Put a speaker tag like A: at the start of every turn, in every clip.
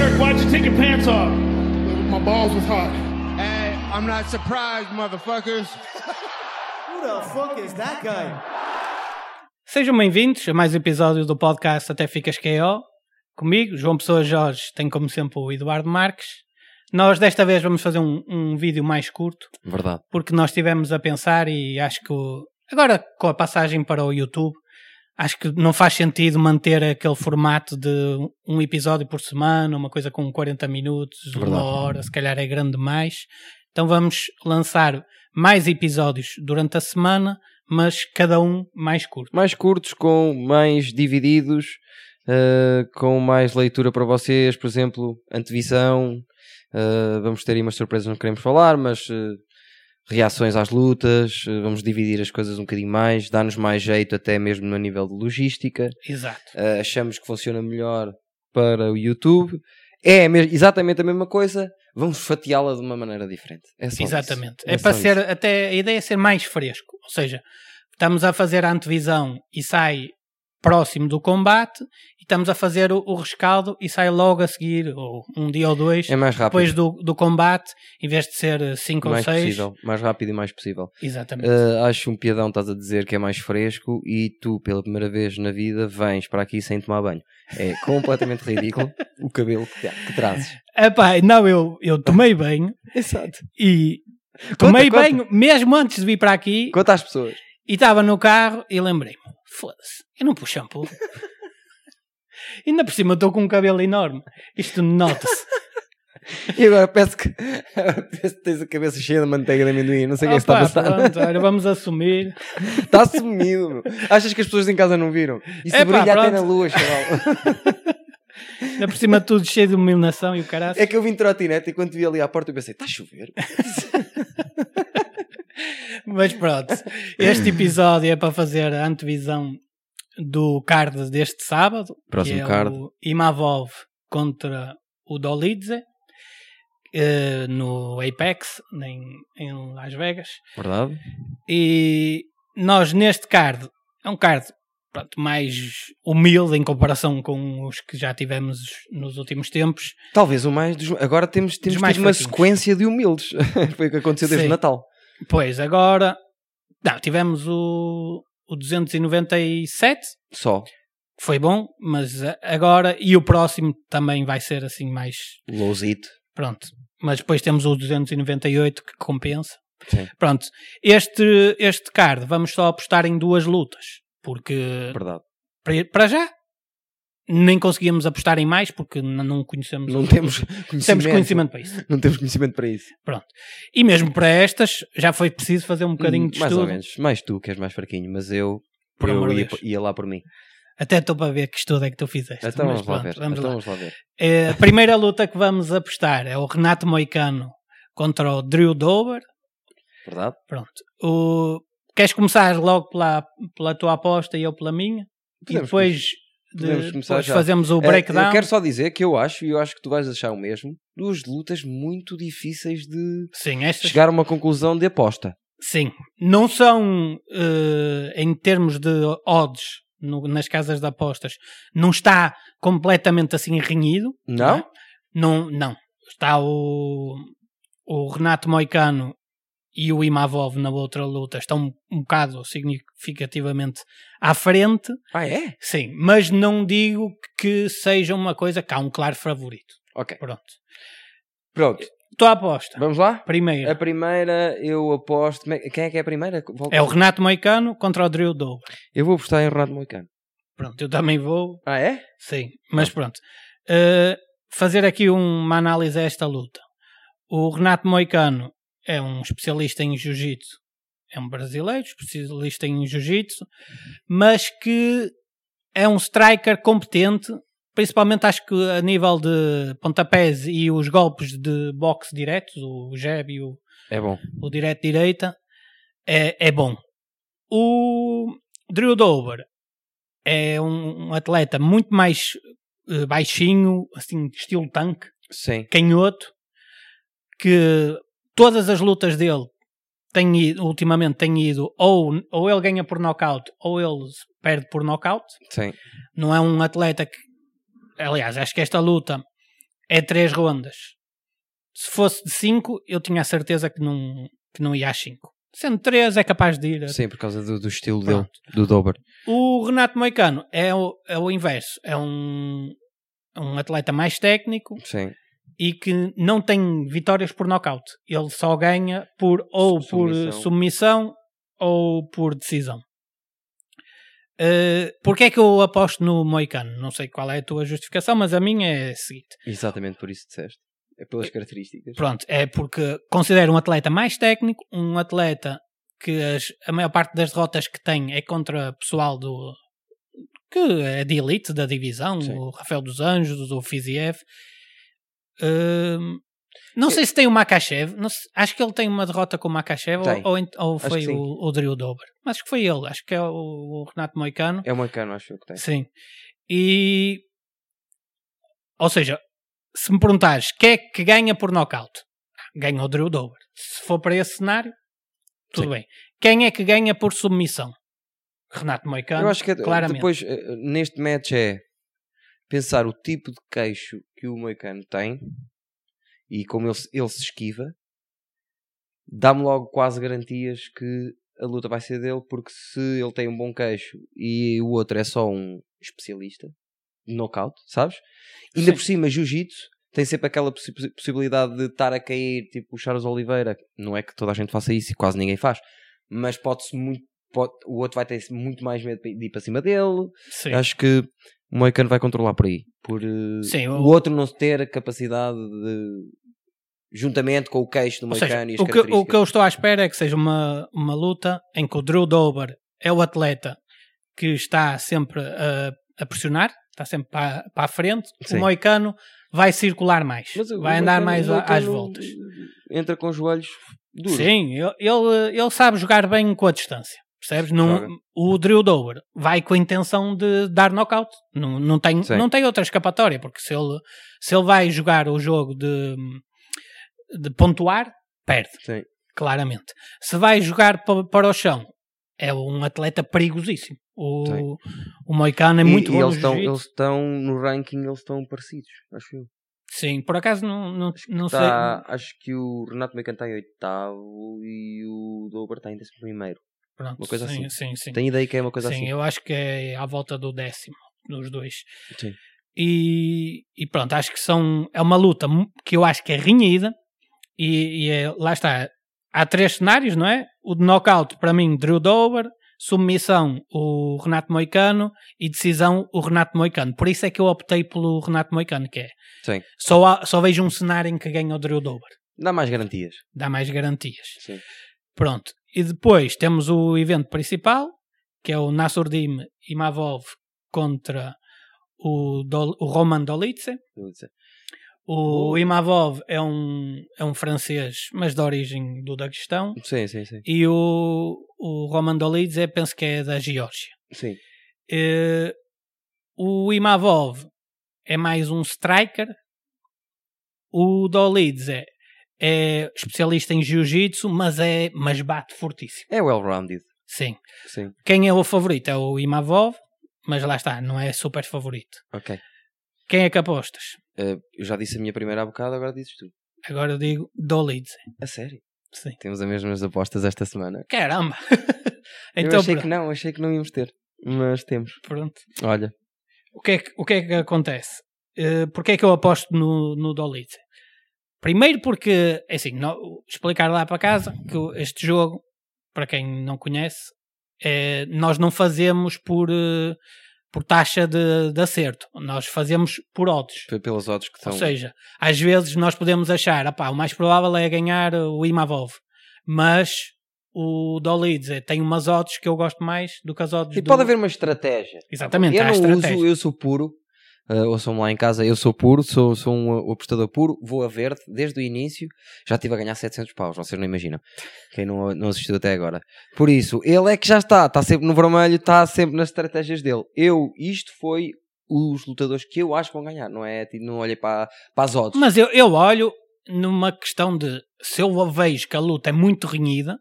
A: your pants off.
B: My balls was hot.
C: Hey, I'm not surprised, motherfuckers.
D: Who the fuck is that guy?
A: Sejam bem-vindos a mais um episódio do podcast Até Ficas KO. Comigo, João Pessoa Jorge, tem como sempre o Eduardo Marques. Nós desta vez vamos fazer um, um vídeo mais curto,
E: Verdade.
A: porque nós estivemos a pensar e acho que o- agora com a passagem para o YouTube, acho que não faz sentido manter aquele formato de um episódio por semana, uma coisa com 40 minutos, uma
E: Verdade.
A: hora, se calhar é grande demais. Então vamos lançar mais episódios durante a semana, mas cada um mais curto.
E: Mais curtos, com mais divididos, eh, com mais leitura para vocês, por exemplo, antevisão. eh, vamos ter aí umas surpresas, não queremos falar, mas eh, reações às lutas. eh, vamos dividir as coisas um bocadinho mais, dar-nos mais jeito, até mesmo no nível de logística.
A: Exato.
E: Eh, achamos que funciona melhor para o YouTube. É me- exatamente a mesma coisa, vamos fatiá-la de uma maneira diferente. É só isso.
A: Exatamente.
E: É
A: É, para
E: só
A: ser
E: isso.
A: até a ideia é ser mais fresco, ou seja, estamos a fazer a antevisão e sai próximo do combate e estamos a fazer o, o rescaldo e sai logo a seguir ou um dia ou dois
E: É mais rápido,
A: depois do, do combate, em vez de ser eh, cinco ou
E: mais
A: seis.
E: possível, mais rápido e mais possível.
A: Exatamente.
E: Uh, acho um piadão estás a dizer que é mais fresco e tu, pela primeira vez na vida, vens para aqui sem tomar banho. É completamente ridículo o cabelo que, te- que trazes.
A: Epá, não, eu, eu tomei banho
E: Exato.
A: e tomei
E: conta.
A: banho mesmo antes de vir para aqui
E: Quanto às pessoas.
A: E estava no carro e lembrei-me: foda-se, eu não pus shampoo. Ainda por cima estou com um cabelo enorme. Isto nota-se.
E: E agora peço que, peço que tens a cabeça cheia de manteiga de amendoim. Não sei o que é que está a
A: Opa,
E: passar.
A: pronto, olha, vamos assumir.
E: Está sumido. meu. Achas que as pessoas em casa não viram? Isso
A: Epá,
E: brilha até
A: pronto.
E: na lua, chaval.
A: Ainda por cima tudo cheio de iluminação e o caralho.
E: É que eu vim de trotinete e quando vi ali à porta eu pensei, está a chover?
A: Mas pronto, este episódio é para fazer a antevisão do card deste sábado. que
E: Próximo
A: é
E: card.
A: O Imavov contra o Dolidze eh, no Apex, em, em Las Vegas.
E: Verdade?
A: E nós neste card, é um card pronto, mais humilde em comparação com os que já tivemos nos últimos tempos.
E: Talvez o mais dos... Agora temos, temos
A: Dos
E: tido
A: mais
E: uma
A: fraquinhos.
E: sequência de humildes. Foi o que aconteceu desde
A: Sim.
E: o Natal.
A: Pois agora, não, tivemos o, o 297,
E: Só.
A: que foi bom, mas a- agora e o próximo também vai ser assim mais
E: Lousito.
A: pronto. Mas depois temos o 298 que compensa.
E: Sim.
A: Pronto, este, este card vamos só apostar em duas lutas, porque
E: É Verdade.
A: para, para já nem conseguíamos apostar em mais porque n- não conhecemos
E: Não temos conhecimento.
A: temos conhecimento para isso
E: Não temos conhecimento para isso.
A: e mesmo para estas já foi preciso fazer um bocadinho de
E: Hum, mais ou
A: estudo
E: menos. Mais tu, que és mais fraquinho, mas eu,
A: Por amor
E: eu
A: de
E: ia,
A: Deus.
E: ia lá por mim.
A: até estou para ver que estudo é que tu fizeste
E: Então
A: mas
E: vamos lá
A: pronto,
E: ver.
A: vamos
E: então
A: lá.
E: vamos lá ver.
A: Eh, a primeira luta que vamos apostar é o Renato Moicano contra o Drew Dober
E: Verdade?
A: pronto o... queres começar logo pela, pela tua aposta e eu pela minha e
E: Podemos
A: depois, de-
E: podemos começar
A: depois
E: já.
A: fazemos o
E: Eh,
A: breakdown
E: Eu quero só dizer que eu acho, e eu acho que tu vais achar o mesmo, duas lutas muito difíceis de
A: sim estas
E: chegar a uma conclusão de aposta.
A: Sim, não são eh, em termos de odds no- nas casas de apostas, não está completamente assim renhido.
E: Não?
A: é? Não, não. Está o, o Renato Moicano e o Imavov na outra luta estão um bocado significativamente à frente,
E: Ah, é?
A: sim, mas não digo que seja uma coisa que há um claro favorito.
E: Ok.
A: Pronto.
E: Pronto.
A: Tua aposta,
E: Vamos lá?
A: primeiro,
E: A primeira eu aposto. como é- Quem é que é a primeira? Volta.
A: é o Renato Moicano contra o Drew Dover.
E: Eu vou apostar em Renato Moicano.
A: Pronto, eu também vou
E: Ah, é?
A: Sim, mas pronto. Uh, fazer aqui uma análise a esta luta. O Renato Moicano é um especialista em jiu-jitsu, é um brasileiro, especialista em jiu-jitsu, mas que é um striker competente, principalmente acho que a nível de pontapés e os golpes de boxe diretos, o jab e o,
E: É bom.
A: o direto direita é, é bom. O Drew Dober é um, um atleta muito mais eh, baixinho, assim, estilo tanque,
E: Sim.
A: canhoto, que todas as lutas dele têm ido, ultimamente têm ido ou, ou ele ganha por nocaute ou ele se perde por nocaute
E: Sim.
A: não é um atleta que. Aliás, acho que esta luta é três rondas. Se fosse de cinco, eu tinha a certeza que não, que não ia às cinco. Sendo três, é capaz de ir. a-
E: Sim, por causa do, do estilo
A: Pronto.
E: dele, do Dober.
A: O Renato Moicano é o, é o inverso. É um, um atleta mais técnico
E: Sim.
A: e que não tem vitórias por knockout. Ele só ganha por ou por
E: Submissão.
A: submissão ou por decisão. Uh, Porquê é que eu aposto no Moicano? Não sei qual é a tua justificação, mas a minha é a seguinte.
E: Exatamente por isso que disseste. É pelas características.
A: Pronto, é porque considero um atleta mais técnico, um atleta que as- a maior parte das derrotas que tem é contra pessoal do que é de elite da divisão,
E: Sim.
A: o Rafael dos Anjos, o Fiziev. Hum, não sei se tem o Makachev, não sei- acho que ele tem uma derrota com o Makachev ou,
E: Tem.
A: ou ent- ou
E: Acho
A: foi
E: que sim.
A: o, o Drew Dober. Acho que foi ele, acho que é o, o Renato Moicano.
E: É uma cana, acho eu, que tem.
A: Sim. E. Ou seja, se me perguntares quem é que ganha por knockout, ganha o Drew Dober. Se for para esse cenário, tudo bem. Quem é que ganha por submissão? Renato Moicano.
E: Eu acho que é
A: claramente.
E: depois, eh, neste match, é pensar o tipo de queixo que o Moicano tem e como ele, se- ele se esquiva, dá-me logo quase garantias que a luta vai ser dele, porque se ele tem um bom queixo e o outro é só um especialista, knockout, sabes? Ainda
A: Sim.
E: por cima, jiu-jitsu. Tem sempre aquela possi- possi- possibilidade de estar a cair, tipo o Charles Oliveira. Não é que toda a gente faça isso e quase ninguém faz, mas pode-se muito pode- o outro vai ter muito mais medo de ir para cima dele.
A: Sim.
E: Acho que o Moicano vai controlar por aí. Por eh,
A: Sim,
E: o
A: o-
E: outro não ter a capacidade de. juntamente com o queixo do
A: Ou seja,
E: Moicano e as
A: o que, o que
E: características.
A: eu estou à espera é que seja uma, uma luta em que o Drew Dober é o atleta que está sempre a, a pressionar, está sempre para, para a frente.
E: Sim.
A: O Moicano vai circular mais,
E: Mas o-
A: vai
E: o
A: andar
E: Moicano-
A: mais
E: o
A: a- às
E: Moicano
A: voltas.
E: Entra com os joelhos duros.
A: Sim, ele, ele, ele sabe jogar bem com a distância. Percebes?
E: Joga.
A: Não, o Drew Dober vai com a intenção de dar knockout. Não, não, tem,
E: Sim.
A: não tem outra escapatória, porque se ele, se ele vai jogar o jogo de, de pontuar, perde,
E: Sim.
A: claramente. Se vai jogar pa- para o chão, é um atleta perigosíssimo. O, o Moicano é muito
E: e,
A: bom
E: e
A: no
E: eles, estão,
A: jiu-jitsu.
E: eles estão no ranking, eles estão parecidos, acho eu.
A: Sim, por acaso não, não, não sei.
E: Tá- Acho que o Renato Moicano está em oitavo e o Dober está em décimo primeiro.
A: Pronto,
E: uma coisa
A: sim,
E: assim.
A: sim, sim.
E: Tenho ideia que é uma coisa
A: Sim,
E: assim.
A: eu acho que é à volta do décimo, dos dois.
E: Sim.
A: E, e pronto, acho que são. É uma luta mu- que eu acho que é renhida. E, e é- lá está. Há três cenários, não é? O de knockout, para mim, Drew Dober. Submissão, o Renato Moicano. E decisão, o Renato Moicano. Por isso é que eu optei pelo Renato Moicano, que é.
E: Sim.
A: Só, há- só vejo um cenário em que ganha o Drew Dober.
E: Dá mais garantias.
A: Dá mais garantias.
E: Sim.
A: Pronto. E depois temos o evento principal, que é o Nasurdim Imavov contra o, Dol- o Roman Dolitze.
E: Eu ia dizer.
A: O Imavov é um, é um francês, mas de origem do Daguestão.
E: Sim, sim, sim.
A: E o, o Roman Dolitze penso que é da Geórgia.
E: Sim.
A: Eh, o Imavov é mais um striker. O Dolidze é especialista em jiu-jitsu, mas, é, mas bate fortíssimo.
E: É well-rounded.
A: Sim.
E: Sim.
A: Quem é o favorito? É o Imavov, mas lá está, não é super favorito.
E: Ok.
A: Quem é que apostas?
E: Eh, eu já disse a minha primeira há bocado, agora dizes tu.
A: Agora eu digo Dolidze.
E: A sério?
A: Sim.
E: Temos as mesmas apostas esta semana.
A: Caramba!
E: eu
A: então,
E: achei
A: pronto,
E: que não, achei que não íamos ter. Mas temos.
A: pronto.
E: Olha.
A: O, que é que, o que é que acontece? Eh, Porquê é que eu aposto no, no Dolidze? Primeiro porque, é assim, no- explicar lá para casa que o- este jogo, para quem não conhece, eh, nós não fazemos por, eh, por taxa de, de acerto. Nós fazemos por odds.
E: Foi pelas odds que estão.
A: Ou seja, às vezes nós podemos achar, "Apá, o mais provável é ganhar o Imavov, mas o Dolidze tem umas odds que eu gosto mais do que as odds
E: E
A: do...
E: pode haver uma estratégia.
A: Exatamente,
E: eu
A: há
E: não
A: tá estratégia.
E: uso, eu sou puro. ou ouçam-me lá em casa, eu sou puro, sou, sou um uh, apostador puro, vou a verde desde o início, já estive a ganhar 700 paus, vocês não imaginam, quem não, não assistiu até agora. Por isso, ele é que já está, está sempre no vermelho, está sempre nas estratégias dele. Eu, isto foi os lutadores que eu acho que vão ganhar, não é? Tipo, Não olhei para, para as odds.
A: Mas eu, eu olho numa questão de, se eu vejo que a luta é muito renhida,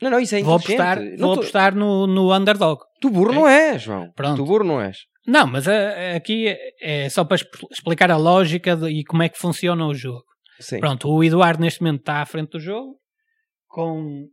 E: não, não, isso é
A: vou
E: inteligente.
A: apostar,
E: Não
A: vou
E: tô-
A: apostar no, no underdog.
E: Tu burro
A: Ok.
E: não és, João.
A: Pronto.
E: Tu burro não és.
A: Não, mas eh, aqui é só para expl- explicar a lógica de- e como é que funciona o jogo.
E: Sim.
A: Pronto, o Eduardo neste momento está à frente do jogo com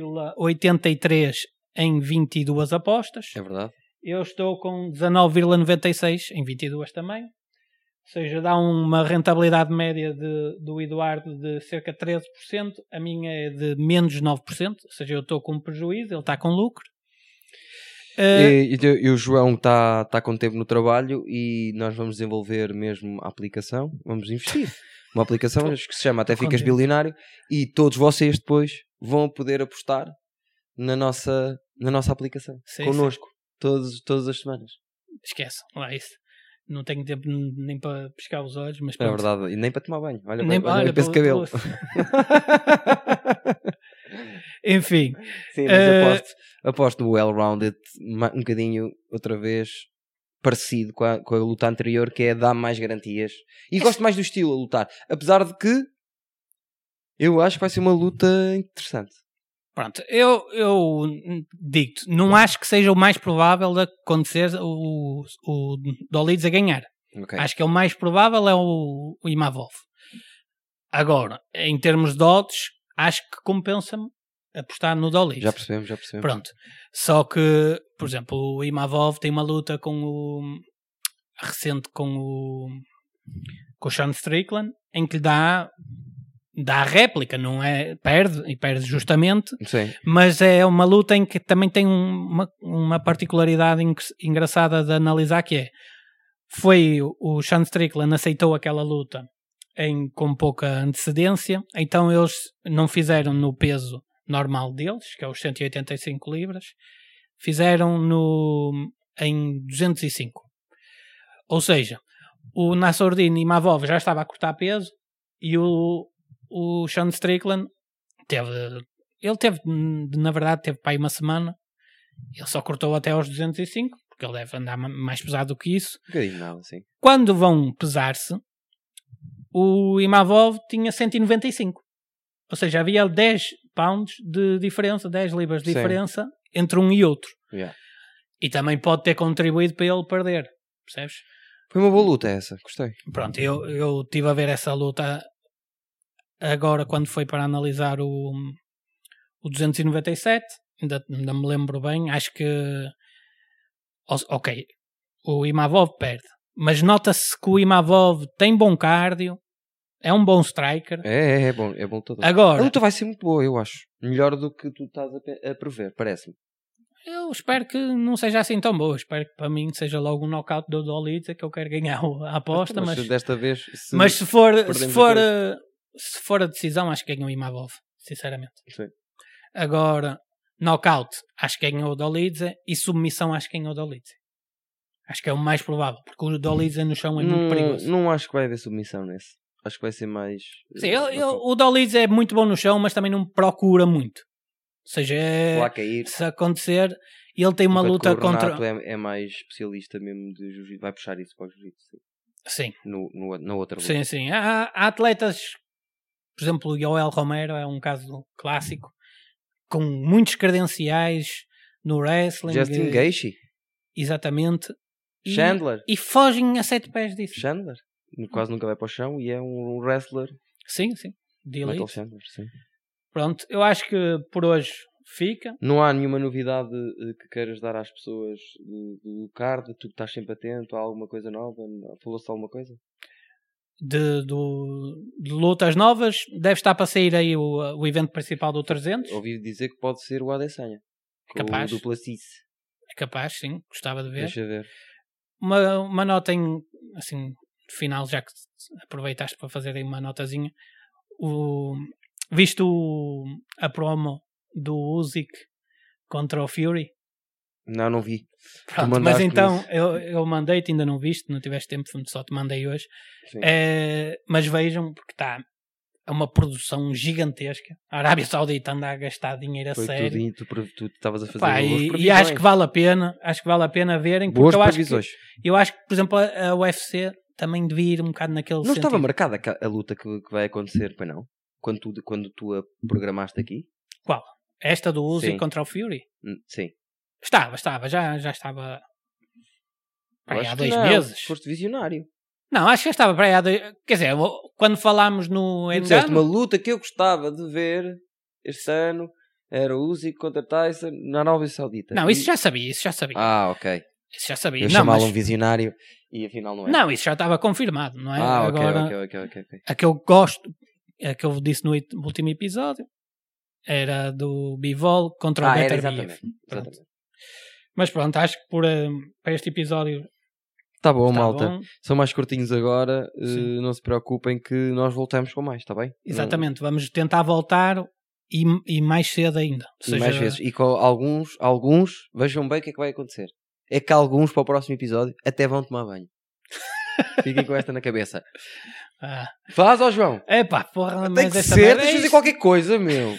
A: 24,83 em 22 apostas.
E: É verdade.
A: Eu estou com 19,96 em 22 também. Ou seja, dá uma rentabilidade média de- do Eduardo de cerca de 13%, a minha é de menos 9%, ou seja, eu estou com um prejuízo, ele está com lucro. Eh,
E: E, e- e o João está tá com tempo no trabalho e nós vamos desenvolver mesmo a aplicação, vamos investir. Uma aplicação que se chama Até
A: Tô
E: Ficas
A: contente.
E: Bilionário e todos vocês depois vão poder apostar na nossa, na nossa aplicação,
A: Sim,
E: connosco, todos- todas as semanas.
A: esquece, lá é isso. Não tenho tempo n- nem para pescar os olhos, mas
E: É
A: pronto.
E: verdade, e nem para tomar banho. Olha, é
A: Nem-
E: olha, olha para esse cabelo.
A: pelo- Enfim,
E: Sim, mas
A: Eh,
E: aposto, aposto o well-rounded ma- um bocadinho outra vez parecido com a, com a luta anterior, que é dar mais garantias. E gosto mais do estilo a lutar. Apesar de que eu acho que vai ser uma luta interessante.
A: Pronto, eu, eu digo não acho que seja o mais provável de acontecer o, o Dolides a ganhar.
E: Ok.
A: Acho que é o mais provável é o, o Imavov. Agora, em termos de odds, acho que compensa-me apostar no Dolides.
E: Já percebemos, já percebemos.
A: Pronto. Só que, por exemplo, o Imavov tem uma luta com o recente com o com o Sean Strickland em que lhe dá dá a réplica, não é? Perde e perde justamente
E: Sim. um
A: mas é uma luta em que também tem um- uma, uma particularidade en- engraçada de analisar que é foi o- o Sean Strickland aceitou aquela luta em, com pouca antecedência, então eles não fizeram no peso normal deles, que é os 185 libras, fizeram no em 205. Ou seja, o Nassordini e Mavov já estava a cortar peso e o, o Sean Strickland teve ele teve, hum, na verdade, teve para aí uma semana. Ele só cortou até aos 205, porque ele deve andar ma- mais pesado do que isso.
E: Um bocadinho nada, sim.
A: Quando vão pesar-se, o Imavov tinha 195. Ou seja, havia 10 pounds de diferença, 10 libras de
E: Sim.
A: diferença entre um e outro.
E: Yeah.
A: E também pode ter contribuído para ele perder, percebes?
E: Foi uma boa luta essa, gostei.
A: Pronto, eu, eu tive a ver essa luta agora quando foi para analisar o, o 297, ainda, ainda me lembro bem, acho que o- ok, o Imavov perde, mas nota-se que o Imavov tem bom cardio, é um bom striker.
E: É, é, é bom, é bom todo. A
A: Agora,
E: luta vai ser muito boa, eu acho. Melhor do que tu estás a, pe- a prever, parece-me.
A: eu espero que não seja assim tão boa, espero que para mim seja logo um knockout do Dolitza que eu quero ganhar o- a aposta, mas,
E: desta vez. se-
A: mas se for,
E: perdemos
A: se
E: a
A: for,
E: cabeça.
A: eh, se for a decisão, acho que ganha o Imavov, sinceramente.
E: Sim.
A: Agora, knockout, acho que ganhou o Dolidze e submissão, acho que ganhou o Dolidze. Acho que é o mais provável, porque o Dolidze no chão é muito
E: não,
A: perigoso.
E: não acho que vai haver submissão nesse. Acho que vai ser mais. eh,
A: Sim, ele- ele- o Dolidze é muito bom no chão, mas também não procura muito. Ou seja, é-
E: Lá cair.
A: se acontecer, ele tem uma
E: Enquanto
A: luta
E: que o Renato
A: contra.
E: É, é mais especialista mesmo de jiu-jitsu. Vai puxar isso para o jiu-jitsu. sim.
A: Sim,
E: No, no, na outra luta.
A: sim, sim. Há, há atletas, por exemplo, o Joel Romero é um caso clássico, com muitos credenciais no wrestling.
E: Justin
A: eh,
E: Gaethje.
A: Exatamente. E-
E: Chandler.
A: e fogem a sete pés disso.
E: Chandler. Quase nunca vai para o chão e é um wrestler.
A: Sim, sim. De
E: Michael
A: elite.
E: Chandler, sim.
A: Pronto, eu acho que por hoje fica.
E: Não há nenhuma novidade eh, que queiras dar às pessoas do, do card? Tu que estás sempre atento? Há alguma coisa nova? Falou-se alguma coisa?
A: De, do, de lutas novas, deve estar para sair aí o, o evento principal do 300.
E: Ouvi dizer que pode ser o Adesanya. com
A: Capaz.
E: O Duplacis.
A: É capaz, sim, gostava de ver.
E: Deixa ver.
A: Uma, uma nota em, assim, final, já que aproveitaste para fazer aí uma notazinha. O, visto o- a promo do Usyk contra o Fury?
E: Não, não vi.
A: Pronto, mas
E: mandaste-me
A: então
E: isso.
A: eu, eu mandei-te, ainda não viste, não tiveste tempo, só te mandei hoje.
E: Sim.
A: Eh, mas vejam, porque está é uma produção gigantesca. A Arábia Saudita anda a gastar dinheiro a
E: Foi
A: sério.
E: tudo, tu pre- tu estavas a fazer
A: Pá,
E: boas
A: e, e
E: previsões.
A: acho que vale a pena, acho que vale a pena verem, porque
E: boas
A: eu acho, que,
E: previsões.
A: eu acho que, por exemplo, a, a UFC também devia ir um bocado naquele
E: Não estava
A: sentido.
E: marcada a ca- a luta que, que vai acontecer, para não? Quando tu, quando tu a programaste aqui?
A: Esta do Uzi
E: Sim.
A: contra o Fury?
E: Hum, Sim.
A: Estava, estava, já, já estava
E: Eu
A: Aí
E: acho
A: há
E: que
A: dois
E: não,
A: meses.
E: Foste visionário.
A: Não, acho que eu estava para aí há dois... Quer dizer, eu- quando falámos no
E: Tu disseste uma
A: engano...
E: luta que eu gostava de ver este ano era o Usyk contra Tyson na Arábia Saudita.
A: Não, isso
E: E-
A: já sabia, isso já sabia.
E: Ah, ok.
A: Isso já sabia.
E: Eu
A: Não,
E: chamá-lo
A: mas...
E: um visionário e afinal não é.
A: não, isso já estava confirmado, não é?
E: Ah, ok,
A: Agora,
E: ok, ok, ok, ok.
A: a que eu gosto, a que eu disse no it- último episódio, era do Bivol contra o
E: Ah, era
A: Better Beef.
E: exatamente.
A: Pronto.
E: exatamente.
A: Mas pronto, acho que por, hum, para este episódio
E: Tá bom,
A: está
E: malta.
A: bom.
E: São mais curtinhos agora. eh,
A: Sim.
E: não se preocupem que nós voltamos com mais, está bem?
A: Exatamente, vamos tentar voltar e, e mais cedo ainda. Ou
E: Não- e
A: seja,
E: mais vezes. E com alguns, alguns, vejam bem o que é que vai acontecer. É que alguns para o próximo episódio até vão tomar banho. Fiquem com esta na cabeça.
A: Ah,
E: Faz, ó João.
A: epá, porra,
E: Tem
A: mas é
E: que
A: esta
E: ser,
A: merda é
E: tens de fazer
A: isto.
E: qualquer coisa, meu.